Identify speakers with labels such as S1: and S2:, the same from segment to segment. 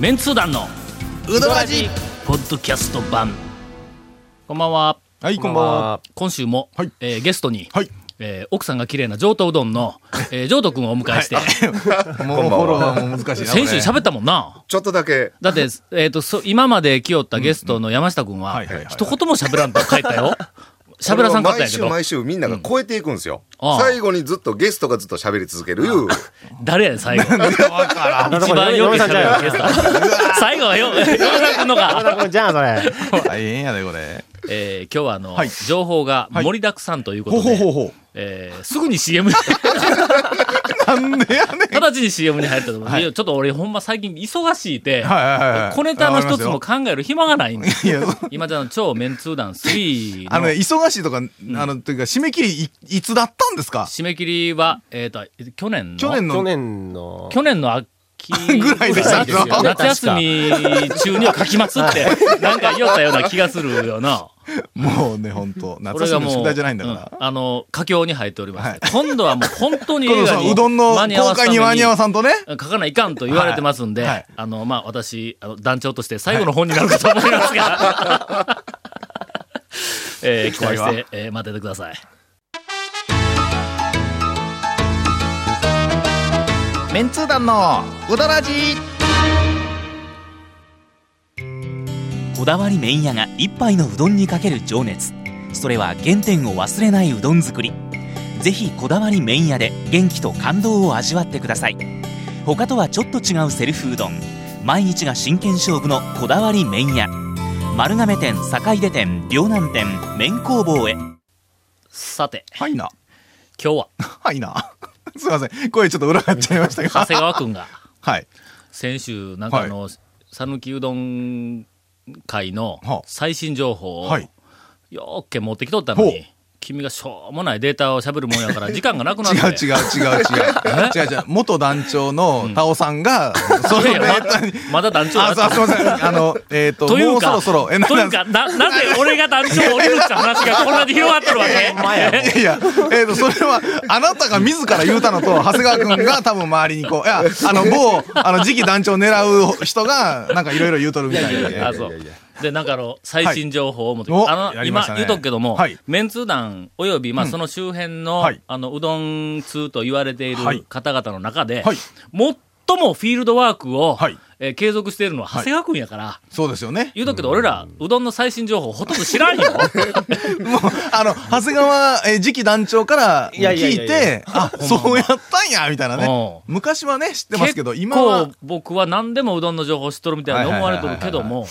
S1: メンツー団の
S2: うどらじ
S1: ポッドキャスト版こんばんは
S2: はいこんばんは
S1: 今週も、
S2: はい
S1: えーゲストに、
S2: はい
S1: えー奥さんが綺麗な上等うどんの、えー、上等くんをお迎えして
S2: もうフォロワーも難しいな
S1: 先週
S2: これ
S1: 喋ったもんな
S3: ちょっとだけ、
S1: だって、えー、とそ今まで来よったゲストの山下くんは
S2: はいはいはい
S1: 一言も喋らんと帰った よ喋らさんかったんや
S3: 毎
S1: け
S3: 週
S1: ど
S3: 毎週みんなが超えていくんですよ。
S1: ああ
S3: 最後にずっとゲストがずっと喋り続けるいう。
S1: 誰やねん 最後
S2: わからん
S1: 一番よく喋るゲスト最後はよ山田くんのか
S4: じゃあ、それ。
S2: 大変やでこれ
S1: えー今日はあの、
S2: はい
S1: 情報が盛りだくさんということで、
S2: ほ
S1: えーすぐに CM に、
S2: なんでやねんはい
S1: 直ちに CM に入ったと思う、いやちょっと俺ほんま最近忙しいて、
S2: はいはい
S1: 小ネタの一つも考える暇がないんで
S2: いやそう
S1: 今じゃあの超メンツー団3
S2: あの
S1: の
S2: ね忙しいとかあのというか締め切りいいつだったんですか
S1: 締め切りは、えっ、と、去年の
S2: 去年
S4: 去
S2: の
S4: 年の。
S1: 去年の秋
S2: ぐらいでした
S1: ぐらいですよ夏休み中には書きますって、なんか言おったような気がするよな。
S2: もうね本当
S1: こ
S2: 夏
S1: れ
S2: 休
S1: が
S2: みの
S1: もう、
S2: 宿題じゃないんだから
S1: うんあの、佳境に入っておりまして、今度はもう本当に
S2: 今
S1: 映
S2: 度
S1: 画
S2: そ
S1: に
S2: のうどんの
S1: 間に合わ
S2: 公
S1: すた
S2: 開
S1: め
S2: に間に合わ
S1: に
S2: さんとね
S1: 書かないかんと言われてますんで、
S2: はいはい
S1: あの、まあ、私、あの、団長として最後の本になるかと思いますが、えー期待
S2: こ
S1: し
S2: れ
S1: て、えー待っててください。
S2: メンツー団のうどらじ
S5: こだわり麺屋が一杯のうどんにかける情熱それは原点を忘れないうどん作りぜひこだわり麺屋で元気と感動を味わってください他とはちょっと違うセルフうどん毎日が真剣勝負のこだわり麺屋丸亀店坂出店両南店麺工房へ
S1: さて、
S2: はいな
S1: 今日は、
S2: はいな すいません声ちょっと裏返っちゃいました
S1: 長
S2: が
S1: 谷川くん が、
S2: はい
S1: 先週、なんかあの、讃岐うどん会の
S2: はあ
S1: 最新情報を、
S2: はい
S1: よーっけ持ってきとったの
S2: ほう
S1: に、君がしょうもないデータを喋るもんやから、時間がなくなっ て。
S2: 違う違う違う違う違う違う元団長の田尾さんがその
S1: いや
S2: デ
S1: いや
S2: ータに
S1: まだ団長だ
S2: あ、そうすいません。あの、えっ、と、
S1: という
S2: もうそ
S1: か、
S2: ろそろ、え、
S1: という
S2: か、
S1: か、な、 なぜ俺が団長を降りるって話がこんなに広がってるわけ
S2: いや、えっ、と、それは、あなたが自ら言うたのと、長谷川くんが多分周りにこう、いや、あの、某、あの、次期団長狙う人が、なんかいろいろ言うとるみたいで。
S1: あ、そう。で、なんかあの、最新情報を持って、
S2: はいお
S1: あの、
S2: やりま
S1: 今
S2: したね
S1: 言うとくけども、
S2: はい
S1: メンツ団および、まあ、その周辺の、
S2: はい
S1: あの、うどん通と言われてい
S2: はい
S1: る方々の中で、
S2: はい
S1: 最もフィールドワークを、
S2: はい
S1: えー継続しているのは長谷川君やから、
S2: そうですよね。
S1: 言うとくけど、俺ら、うどんの最新情報ほとんど知ら んよ。
S2: もう、あの、長谷川、えー次期団長から
S4: いやいや
S2: 聞
S4: い
S2: い
S4: やいや
S2: て、あ、そうやったんや、みたいなね。
S1: う
S2: 昔はね、知ってますけど、今
S1: 結
S2: は
S1: 構、僕は何でもうどんの情報知っとるみたいに思われてるけど
S2: はいはいはいはい
S1: も、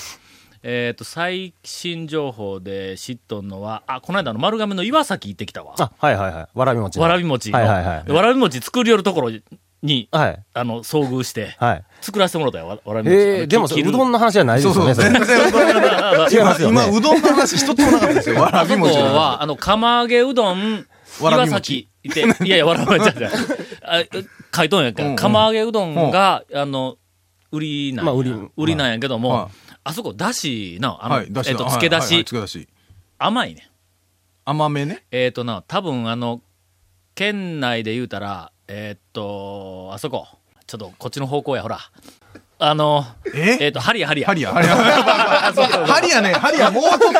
S1: えっと、最新情報で知っとんのは、あ、この間の丸亀の岩崎行ってきたわ。
S4: あ、はいはいはい。わらび餅の。
S1: わらび餅の。
S4: はいはいはい
S1: でわらび餅作りよるところに、
S4: はい。
S1: あの、遭遇して、
S4: はい。
S1: 作らせてもらったよ、わわらび餅。
S4: ええ、でも、そううどん
S1: ん
S4: の話じゃないですよね、それ。
S2: 全然うどんの話
S4: 違いますよね
S2: 今、うどんの話一つもなかったですよ。わら
S1: あそ
S2: び
S1: こ
S2: 餅の話。
S1: は、あの、釜揚げうどん、
S2: わら
S1: 岩
S2: び
S1: 崎
S2: 餅
S1: いて、いやいや、わらび餅じゃない。あ、書いとんやん
S2: うんう
S1: か。
S2: ん
S1: 釜揚げうどんが、あの、売りなんや。
S4: まあ売り
S1: 売りなんやけども
S2: は、
S1: あそこ、だしな、あの、
S2: は
S1: えっと、
S2: い、だしの
S1: 漬けだ
S2: はいはいはい
S1: し、
S2: つけだし。
S1: 甘いね。
S2: 甘めね。
S1: えっとな、多分あの、県内で言うたら、えっと、あそこ、ちょっとこっちの方向や、ほら。あの、
S2: え
S1: えっと、ハリやハリや。
S2: ハリア、ハリア。 ハリアね、ハリア、もうちょっとね、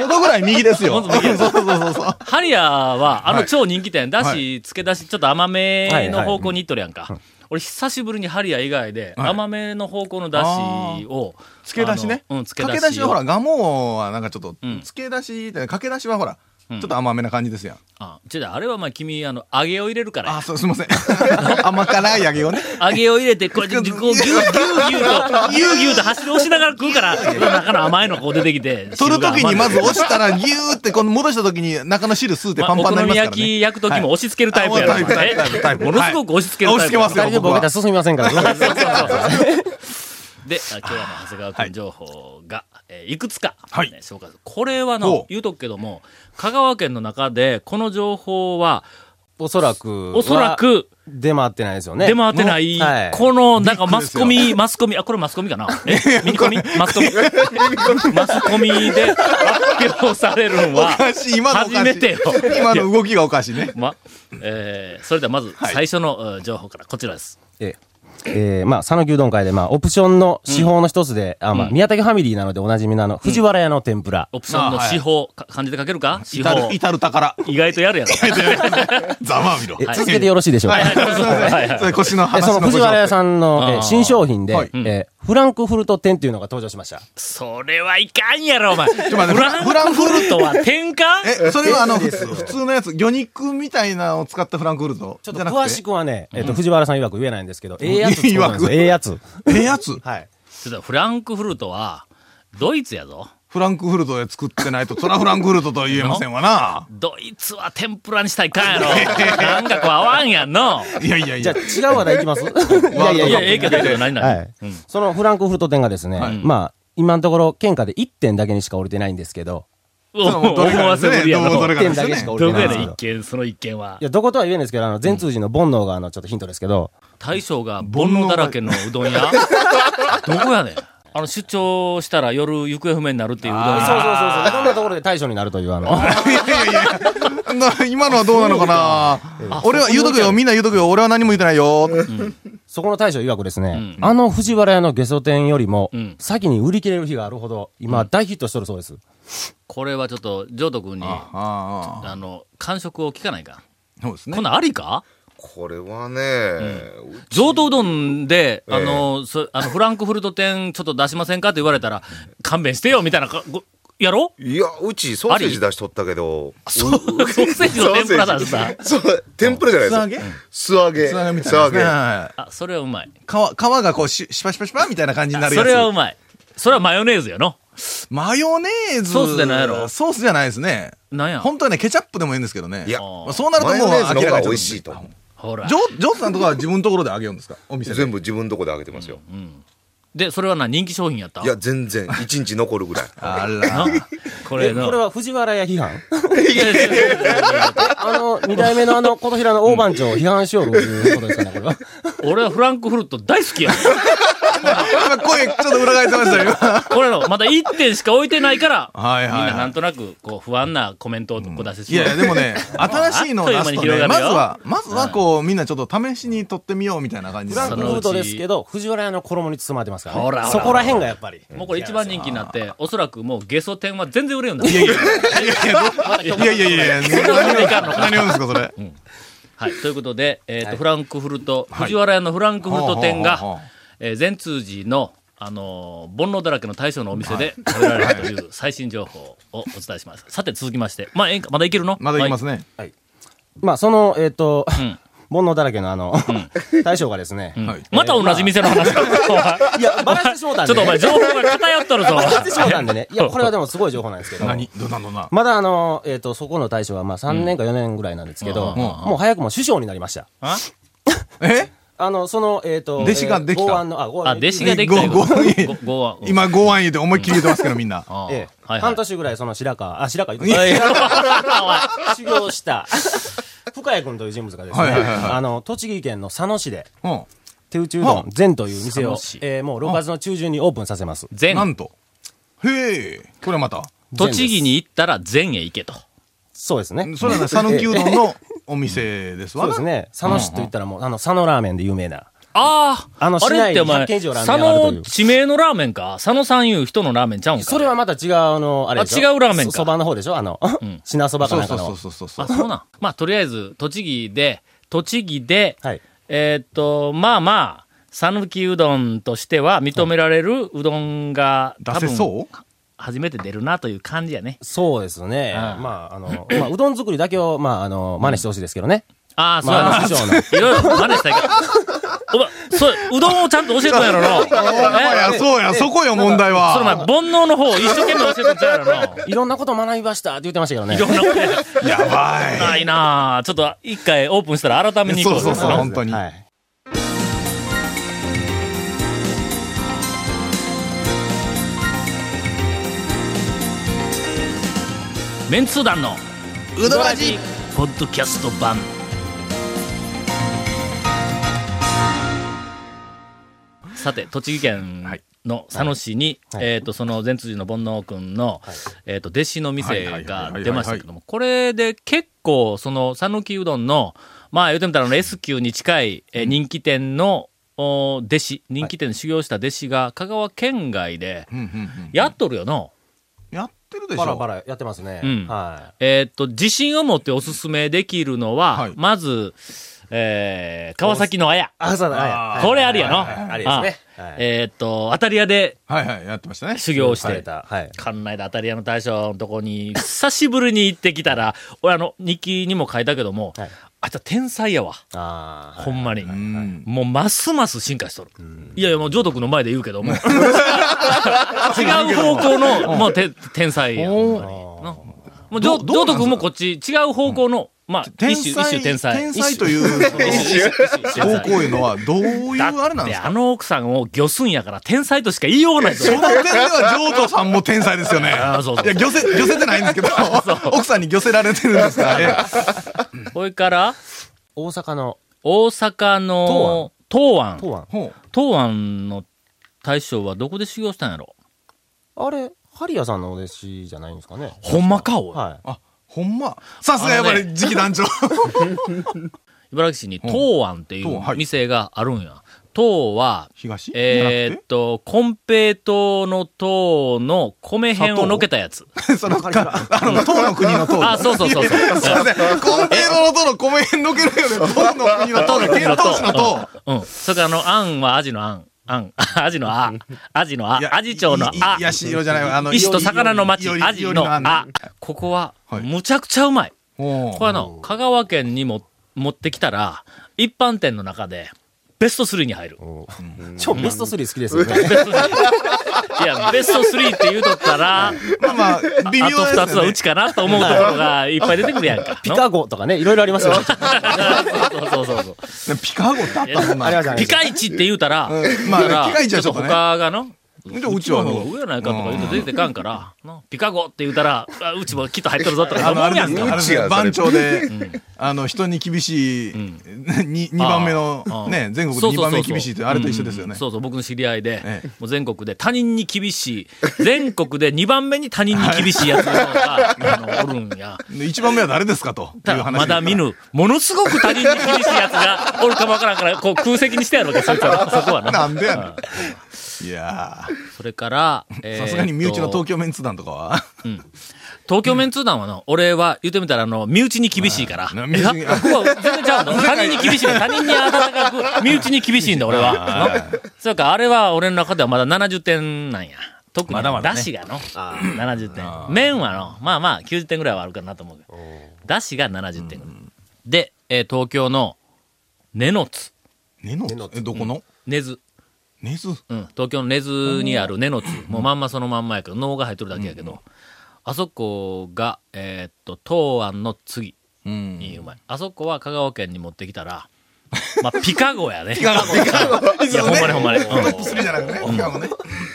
S2: 喉ぐらい右ですよ。
S1: もうちょっと右や
S2: そうそうそうそう。
S1: ハリアは、あの
S2: はい
S1: 超人気店、だ
S2: は
S1: し、つけだし、ちょっと甘めの
S4: はいはい
S1: 方向に行っとるやんか。俺、久しぶりにハリア以外で、
S2: はい
S1: 甘めの方向のだしを、
S2: つけ出しね。
S1: あのうん、つけ出しを。
S2: かけ出しはほら、ガモはなんかちょっと
S1: うん、
S2: つけ出しって、かけ出しはほら、ち
S1: う
S2: ょ
S1: ん
S2: っと甘めな感じですやん。
S1: あ、違う違うあれはまあ、君、あの、揚げを入れるから
S2: あ、。そう、すいません。 甘辛い揚げ をね。
S1: 揚げを入れて、 こうやって、こう、ぎゅうぎゅうぎゅうと、ぎゅうぎゅうと走り押しながら食うから、中の甘いのこう出てきて。
S2: 取るときにまず
S1: 汁が甘い
S2: 押したら、ギューって、この戻したときに中の汁吸うて
S1: ま
S2: パ
S1: あ、
S2: ン
S1: お
S2: パンにな
S1: 好
S2: り
S1: み
S2: ますから
S1: 焼
S2: ね。
S1: き焼くときも押し付けるタイプや
S2: あもうタイプタイプ
S1: ろ。
S2: タイプ
S1: ものすごく押し付けるタイプやろ。
S2: 押し付け
S4: 二人でボケたら進みませんから
S1: そ
S4: ね。
S1: うそうそう。で、あ今日は長谷川君情報が、えーいくつか、
S2: はい
S1: ね紹介する。これは
S2: ほ
S1: の
S2: う、
S1: 言うとくけども、香川県の中で、この情報は、
S4: おそらく。
S1: おそら。く
S4: 出回ってないですよね。
S1: 出回ってない、
S4: もうはい。
S1: この、なんかマスコ
S2: び
S1: ミ、マスコミ、あ、これマスコミか なえ、ミニコミマスコミ。マスコミで発表されるの
S2: お
S1: は、
S2: かしい、今のおかしい。
S1: 初めてよ。
S2: 今の動きがおかしいね。
S1: ま、えーそれではまず最初のえー情報からこちらです。
S4: えええー、まあ、佐野牛丼会で、まあ、オプションの手法の一つで、あ、まあ、宮崎ファミリーなのでおなじみのあの、藤原屋の天ぷら。
S1: オプションの
S2: あはい
S1: 司法、か漢字で書けるか司
S2: 至
S1: 法
S2: る、。至る宝。
S1: 意外とやるやろ。
S2: ざまあ みろ。
S4: え、続けてよろしいでしょうか。
S2: はい、すいません。それ腰の
S4: え
S2: 話
S4: その藤原屋さんの、え
S1: あー
S4: ー新商品で、
S2: はい
S4: えーフランクフルト店っていうのが登場しました。
S1: それはいかんやろ、お前。フ
S2: 待って
S1: ランクフルトは点か
S2: え、それはあの、ふつ普通のやつ、魚肉みたいなのを使ったフランクフルト
S4: ち
S2: じ
S4: ょ
S2: ゃ
S4: っと
S2: なくて。
S4: 詳しくはね、えっ、と、藤原さん曰く言えないんですけど、ええやつ作ったんですよ。
S2: 曰く
S4: ええや つ。
S2: ええやつ
S4: はい。
S1: ちょっとフランクフルトは、ドイツやぞ。
S2: フランクフルトで作ってないと、そらフランクフルトとは言えませんわな。
S1: ドイツは天ぷらにしたらいかんやろ。なんかこう合わんやんの。
S2: いやいやい
S4: じゃ
S2: や。
S4: あ、違う話題いきますい
S2: ワールドカップ
S1: いや、ええけど、ええけど、何々。
S4: はい、そのフランクフルト店がですね、まあ、今のところ、県下で1点だけにしか降りてないんですけど、
S1: お
S2: そのどれ
S1: 思
S2: か
S1: わ
S2: です
S1: せ
S2: ね
S1: ぶりやろ。
S2: どうも
S1: ど
S2: どれ
S4: 1点
S2: かです
S4: だけし
S2: ね
S4: か。降り
S1: こ
S4: てないん
S1: や
S4: で
S1: ねん、
S4: す
S1: 一
S4: けど。。
S1: 見、その一見はい
S4: や、どことは言えないんですけど、あの、全通寺の煩悩が、あの、ちょっとヒントですけど、
S1: 大将が煩悩だらけのうどん屋どこやねん。あの、出張したら夜行方不明になるっていううどん
S4: そう
S1: 屋。
S4: そうそうそう、こんなところで対象になるという、あの、
S2: いやいやいやな今のはどうなのかな俺は言うとくよ、みんな言うとくよ、俺は何も言ってないよ。
S4: そこの大将曰くですね、あの藤原屋のゲソ店よりも、
S1: ん
S4: 先に売り切れる日があるほど、今、大ヒットしとるそうです。
S1: これはちょっと、ジョート君に、あ
S2: ああ、
S1: の、感触を聞かないか。
S2: そうです
S1: こん。なんありか
S3: これはね、
S1: 上等うどんで、
S3: ええ
S1: あの、そあのフランクフルト店ちょっと出しませんかって言われたら、勘弁してよみたいなか、ごやろ
S3: いや、うちソーセージ出しとったけど、
S1: ソーソーセージの天ぷらだしさ。
S3: そう、天ぷらじゃないです素揚げ。
S2: つながみたい
S3: 素
S2: な
S3: 揚
S2: ですね。
S3: げ。
S2: はい
S1: あ、それはうまい。
S2: 皮、皮がこう、し、しぱしぱしぱみたいな感じになるや
S1: そ
S2: つ。
S1: れはうまい。それはマヨネーズやの。
S2: マヨネーズ。
S1: ソースでないやろ
S2: ソースじゃないですね。
S1: なんや。
S2: 本当はね、ケチャップでもいいんですけどね。
S3: いや
S2: まあそうなると
S3: マ
S2: も
S3: ヨ
S2: う
S3: ネー
S2: 明
S3: ズの方
S2: らか
S3: が
S2: に
S3: 美
S2: ちょっと
S3: 味しいと思う。
S1: ほら
S2: ジ。ョ、ジョーさんとかは自分のところであげようんですかお店で。
S3: 全部自分のとこであげてますよ。
S1: で、それはな、人気商品やった
S3: いや、全然、一日残るぐらい。
S2: あ
S1: な
S2: ら。
S1: こ
S4: え
S1: れの。
S4: これは藤原屋批判
S1: いやいやいやいやいや
S4: あの、二代目のあの、琴平の大番長を批判しようということですかね、これは。
S1: 俺はフランクフルト大好きやん。
S2: 今声ちょっと裏返ってましたよ。 今
S1: これの、まだ1点しか置いてないから、
S2: はいはいはい
S1: みんななんとなく、こう、不安なコメントをこう出して
S2: い
S1: しまう。
S2: やいや、でもね、新しいのを出すとね、
S1: あっという間に広がるよ
S2: まずは、まずはこう、みんなちょっと試しに撮ってみようみたいな感
S4: フ
S2: じで
S4: ラ
S2: す
S1: そ
S4: ンク
S1: の
S4: フルトですけど、藤原屋の衣に包まれてますからね。
S1: ほらほら
S4: そこら辺がやっぱり。
S1: もうこれ一番人気になって、おそらくもうゲソ店は全然売れるんだ。
S2: いやいやいやいや、何を言うんですか、それ。
S1: はい、ということで、えーとフランクフルト、藤原屋のフランクフルト店が、
S2: ほうほうほうほう
S1: えー善通寺の、あのー煩悩だらけの大将のお店で食べられるという最新情報をお伝えします。さて続きまして、まあ、ええんかまだいけるの
S2: まだいきます
S1: ね。
S2: ね。
S4: まあ、その、えっ、と、煩悩だらけのあの、大将がですね、
S2: はい
S1: また同じ店の話だ。
S4: いや、バラしてしもうたん
S1: ちょ
S4: で、
S1: っとお前、情報が偏っとるぞ。
S4: バラしてしもうたんでね。いや、これはでもすごい情報なんですけど。
S2: 何どんなんどんな
S4: まだあの、えっ、と、そこの大将はまあ3年か4年ぐらいなんですけど、
S1: うん
S4: もう早くも首相になりました。
S2: え
S4: あの、その、えっ、と、
S2: 弟子ができた
S4: えー剛腕の、あ、剛腕
S1: あ、弟子ができたよ。
S2: ごごい
S1: ごごはうん
S2: 今、ご飯言うて思いっきり言うてますけど、みんな。
S1: あー
S4: え
S1: は
S4: え
S1: いはい
S4: 半。年ぐらいその白川、あ、白川
S2: い
S4: 言
S2: や
S4: っ
S2: い
S4: てた。修行した。深谷君という人物がですね、
S2: はいはいはいはい
S4: あの、栃木県の佐野市で、
S2: うん。
S4: 手打ちうどん善という店を
S1: 佐野市、
S4: えーもう6月の中旬にオープンさせます。
S1: 全
S2: なんと。へえ。これまた。
S1: 栃木に行ったら全へ行けと。
S4: そうですね。
S2: それはね、讃岐うどんのお店ですわ
S4: そう
S2: な。
S4: ですね。佐野市と言ったらもう、あの、佐野ラーメンで有名な。
S1: ああ、
S4: あの
S1: あれってお前、
S4: 市内に100軒以上ラーメン
S1: 佐
S4: 屋があるという
S1: 野地名のラーメンか佐野さんいう人のラーメンちゃうんか
S4: それはまた違う、あの、あれでしょ
S1: あ違うラーメンか
S4: そそばの方でしょあの、品そばか
S2: そう
S4: なん
S2: そ
S4: か
S2: うそ
S4: の
S2: う。そうそうそう
S1: あ、。そうなん。 まあ、とりあえず、栃木で、栃木で、
S4: はい。
S1: えーっと、まあまあ、讃岐うどんとしては認められるうどんが、多
S2: 出せ
S1: 分、
S2: そう
S1: 初めて出るなという感じやね。
S4: そうですね。
S1: うん
S4: まあ、あの、まあ、うどん作りだけを、まあ、あの、真似してほしいですけどね。
S1: ああ、そうや
S4: まあ、あの、
S1: な
S4: 師。匠の。
S1: いろいろ真似したいけど。 お前、そう、うどんをちゃんと教えたん やろの。
S2: お前
S1: え
S2: や、そうや、そこよ、問題
S1: その前、煩
S2: は。
S1: 悩の方を一生懸命教えたんちゃう やろの。
S4: いろんなことを学びましたって言ってましたけどね。
S1: いろんなことや
S2: やば
S1: ないなあちょっと、一回オープンしたら改めに
S2: い。
S1: 行
S2: そ
S1: こ
S2: う
S1: う。
S2: そうそう、本当に。
S4: はい。
S1: メンツー団の
S2: うどらじ
S1: ポッドキャスト版さて栃木県の佐野市に、
S4: はい
S1: えっ、とその善通寺の煩悩君の、えっ、と弟子の店が出ましたけどもこれで結構その讃岐うどんのまあ言うてみたらあの S 級に近い、えー人気店のお弟子、人気店で修行した弟子が香川県外で、
S2: うんうんうん
S1: やっとるよの、
S2: やってるでしょ
S4: バラバラやってますね。
S1: うん
S4: は
S1: えーっと、自信を持っておすすめできるのは、
S2: はい
S1: まず、えー、川崎のあや。
S4: い。あ、そうだ、
S2: あ
S4: はい。
S1: これあるやの。
S4: はいはいありですね。
S1: あ
S4: はい
S1: えーっと、当たり屋で
S2: はいはいやってましたね
S1: 修行し
S4: され
S1: て、
S4: た。はい。
S1: 館内で当たり屋の大将のとこに、 久しぶりに行ってきたら、俺あの、日記にも書いたけども、
S4: はい
S1: あいつは天才やわ。
S4: ああ。
S1: ほんまに。
S2: うん
S1: もうますます進化しとる。いやいや、もう、ジョド君の前で言うけども。違う方向の、もう、て天才や。ほんまになもう、ジョ
S2: どどう
S1: ド
S2: なん
S1: 君もこっち、違う方向の、まあ、
S2: 天
S1: 一種、一種
S2: 才
S1: 天才。
S2: 天才と
S1: う。
S2: いう
S1: 一種 一種
S2: 高
S1: 天才
S2: 校いうのはどういう
S1: だ
S2: あれな
S1: っ
S2: ん
S1: て
S2: です
S1: あ
S2: か
S1: の奥さんを魚すんやから天才としか言いようがないぞ
S2: その点では譲渡さんも天才ですよね
S1: あそうそう
S2: いや漁せ漁せてないんですけど奥さんに漁せられてるんですからね
S1: それから
S4: 大阪の
S1: 大阪の東安
S4: 東湾。
S2: ほ
S1: 東安の大将はどこで修行したんやろ
S4: あれ、ハリアさんのお弟子じゃないんですかね。
S1: ほんまかおい
S4: は
S2: あほんまさすがやっぱり次期団長
S1: 茨城市に東安ってい
S2: うん東安は
S1: う
S2: い
S1: 店があるんや東は
S2: 東
S1: えーっと、金平糖の糖の米辺をのけたやつ。
S2: じゃなくて そのかあの党の国の党
S1: あ、そうそうそうそう。
S2: すいません。コンペイロのとのコメンのけるよね。党の国は党の
S1: 国
S2: 県
S1: の党
S2: 党市の党。
S1: うん。それからあの、あんはアジのあん。あん。アジのあ。アジのあ
S2: い。や
S1: アジ町の
S2: いい
S1: あ
S2: い。や、しろじゃないわ。あの、
S1: 石と魚の町
S2: より。
S1: アジの。
S2: よりより
S1: あ
S2: ね。
S1: ここは、
S2: はい
S1: むちゃくちゃうまい。
S2: ほ
S1: これあの、香川県にも持ってきたら、一般店の中で、ベスト3に入る
S4: い。。お超ベスト3好きですよね。
S1: いや、ベスト3って言うとったら、
S2: うまあまあ、微
S1: あ
S2: 妙
S1: と
S2: ですよ
S1: 2つはうちかなと思うところがいっぱい出てくるやんか。
S4: ピカゴとかね、いろいろありま すよね。
S1: そうそうそうそう。
S2: ねピカゴってあったもん
S4: ありま。
S2: な
S4: したね
S1: ピカイチって言うたら、
S2: うんまあ
S1: だから
S2: ピカイチはちょっとね
S1: 他がの、
S2: でうちは
S1: の
S2: の
S1: 方が上やないかとか言うと出てかんから、なピカゴって言うたら、あうちもきっと入っとるぞとか
S2: あの、あ
S1: 思う
S2: れ
S1: や
S2: で
S1: ん
S2: す
S1: か。
S2: ね
S1: あ
S2: あれですね
S3: うん
S2: 番長で、あの、人に厳しい、2番目の
S1: ああ、
S2: ね、全国
S1: そう
S2: で
S1: そう
S2: 2
S1: そう
S2: 番目厳しいって、あれと一緒ですよ
S1: うんう
S2: ね
S1: ん。そうそう、僕の知り合いで、
S2: ええ
S1: もう全国で他人に厳しい、全国で2番目に他人に厳しいやつの方が、あの、おるんや。
S2: で1番目は誰ですかという
S1: ただ
S2: 話。
S1: まだ見。ぬ、ものすごく他人に厳しいやつがおるかもわからんから、こう空席にしてやるわけ、そいつはそこはな。
S2: なんでやねん。いや
S1: それから、えー
S2: ーさすがに身内の
S1: っと
S2: 東京メンツ団とかは。
S1: 東京メンツー団はの、俺は言ってみたら、あの、身内に厳しいから。
S2: はい
S1: え
S2: 身
S1: あ
S2: 内
S1: こ
S2: に
S1: こは全然ちゃうの。他人に厳しいの。他人に温かく、身内に厳しいんだ、俺は。のそうか、あれは俺の中ではまだ70点なんや。特に、
S6: まだまだね
S1: だしがの、70点。麺はの、まあまあ90点ぐらいはあるかなと思うけど。だしが70点ぐらい。で、えー東京の、根の津、
S2: ねのえ、どこの
S1: 根津。
S2: 根津
S1: うん、東京の根津にある根の津、もうまんまそのまんまやけど、能が入っとるだけやけど、あそこが、えーっと、東安の次
S2: うん。
S1: にうまい。あそこは香川県に持ってきたら、 まあ、ピカゴやね。ピ
S2: カゴピカゴ
S1: いや、ほんまにほんまに。
S2: トッ
S1: うん
S2: プ3じゃなくてね、ピカゴね。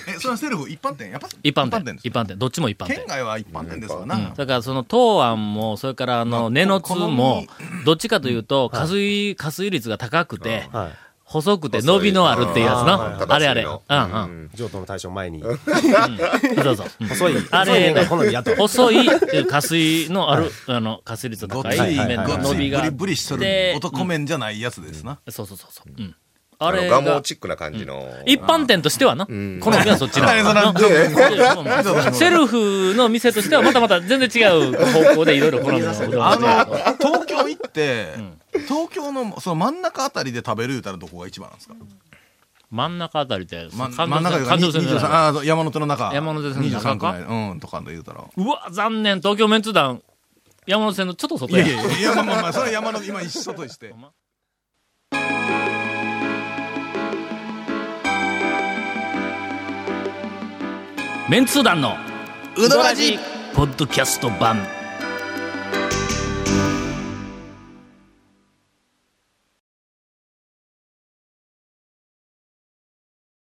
S2: え、それはセルフ一般店やっぱ
S1: 一般店
S2: で。す
S1: 一般店。どっちも一般店
S2: 県。外は一般店ですわ
S1: うん
S2: な。
S1: だからその東安も、それからあの、根の津も、どっちかというと、加水、加水率が高くて、
S4: は
S1: 細くて伸びのあるっていうやつ
S3: あー
S1: の。あれあれ。う
S3: 高
S1: ん
S3: すぎる
S1: うん。
S4: い。上等の大将前に。
S1: そうそう。うん
S4: 細い、
S1: あれ
S4: 細い好みやと。
S1: 細いえー加水のある、あの、加水率の
S2: ごっ
S1: 高
S2: つ
S1: い
S2: い、
S1: 麺の
S2: ごっ
S1: 伸
S2: つ
S1: び
S2: い、
S1: が
S2: ブ
S1: あっ
S2: リ
S1: て。
S2: ブリしとる男麺じゃないやつですな。
S1: そうそうそうそう。うん。
S3: あ
S1: あ
S3: の、
S1: れ
S3: ガモ
S1: が、
S3: チックな感じの。
S1: 一般店としてはな、好みはそっちな
S2: 何そ
S1: の。
S2: の
S1: なセルフの店としてはまたまた全然違う方向でいろいろ好みのうどんが
S2: あ
S1: ある
S2: の、東京行って、東京のその真ん中あたりで食べる言うたらどこが一番なんですか
S1: 真ん中あたりで、
S2: ま
S1: 関
S2: 真ん
S1: 東
S2: 中
S1: 線関東線じゃ
S2: 23
S1: ない
S2: あーそう山手の中。
S1: 山手線の中
S2: 23
S1: か
S2: 区内うん、とかで言うたら。
S1: うわ、残念、東京メンツ団、山手線のちょっと
S2: い
S1: 外や
S2: やい。やいやいや、まあまあまあ、それは山の今一緒として。
S1: メンツー団の、うどらじ、ポッドキャスト版、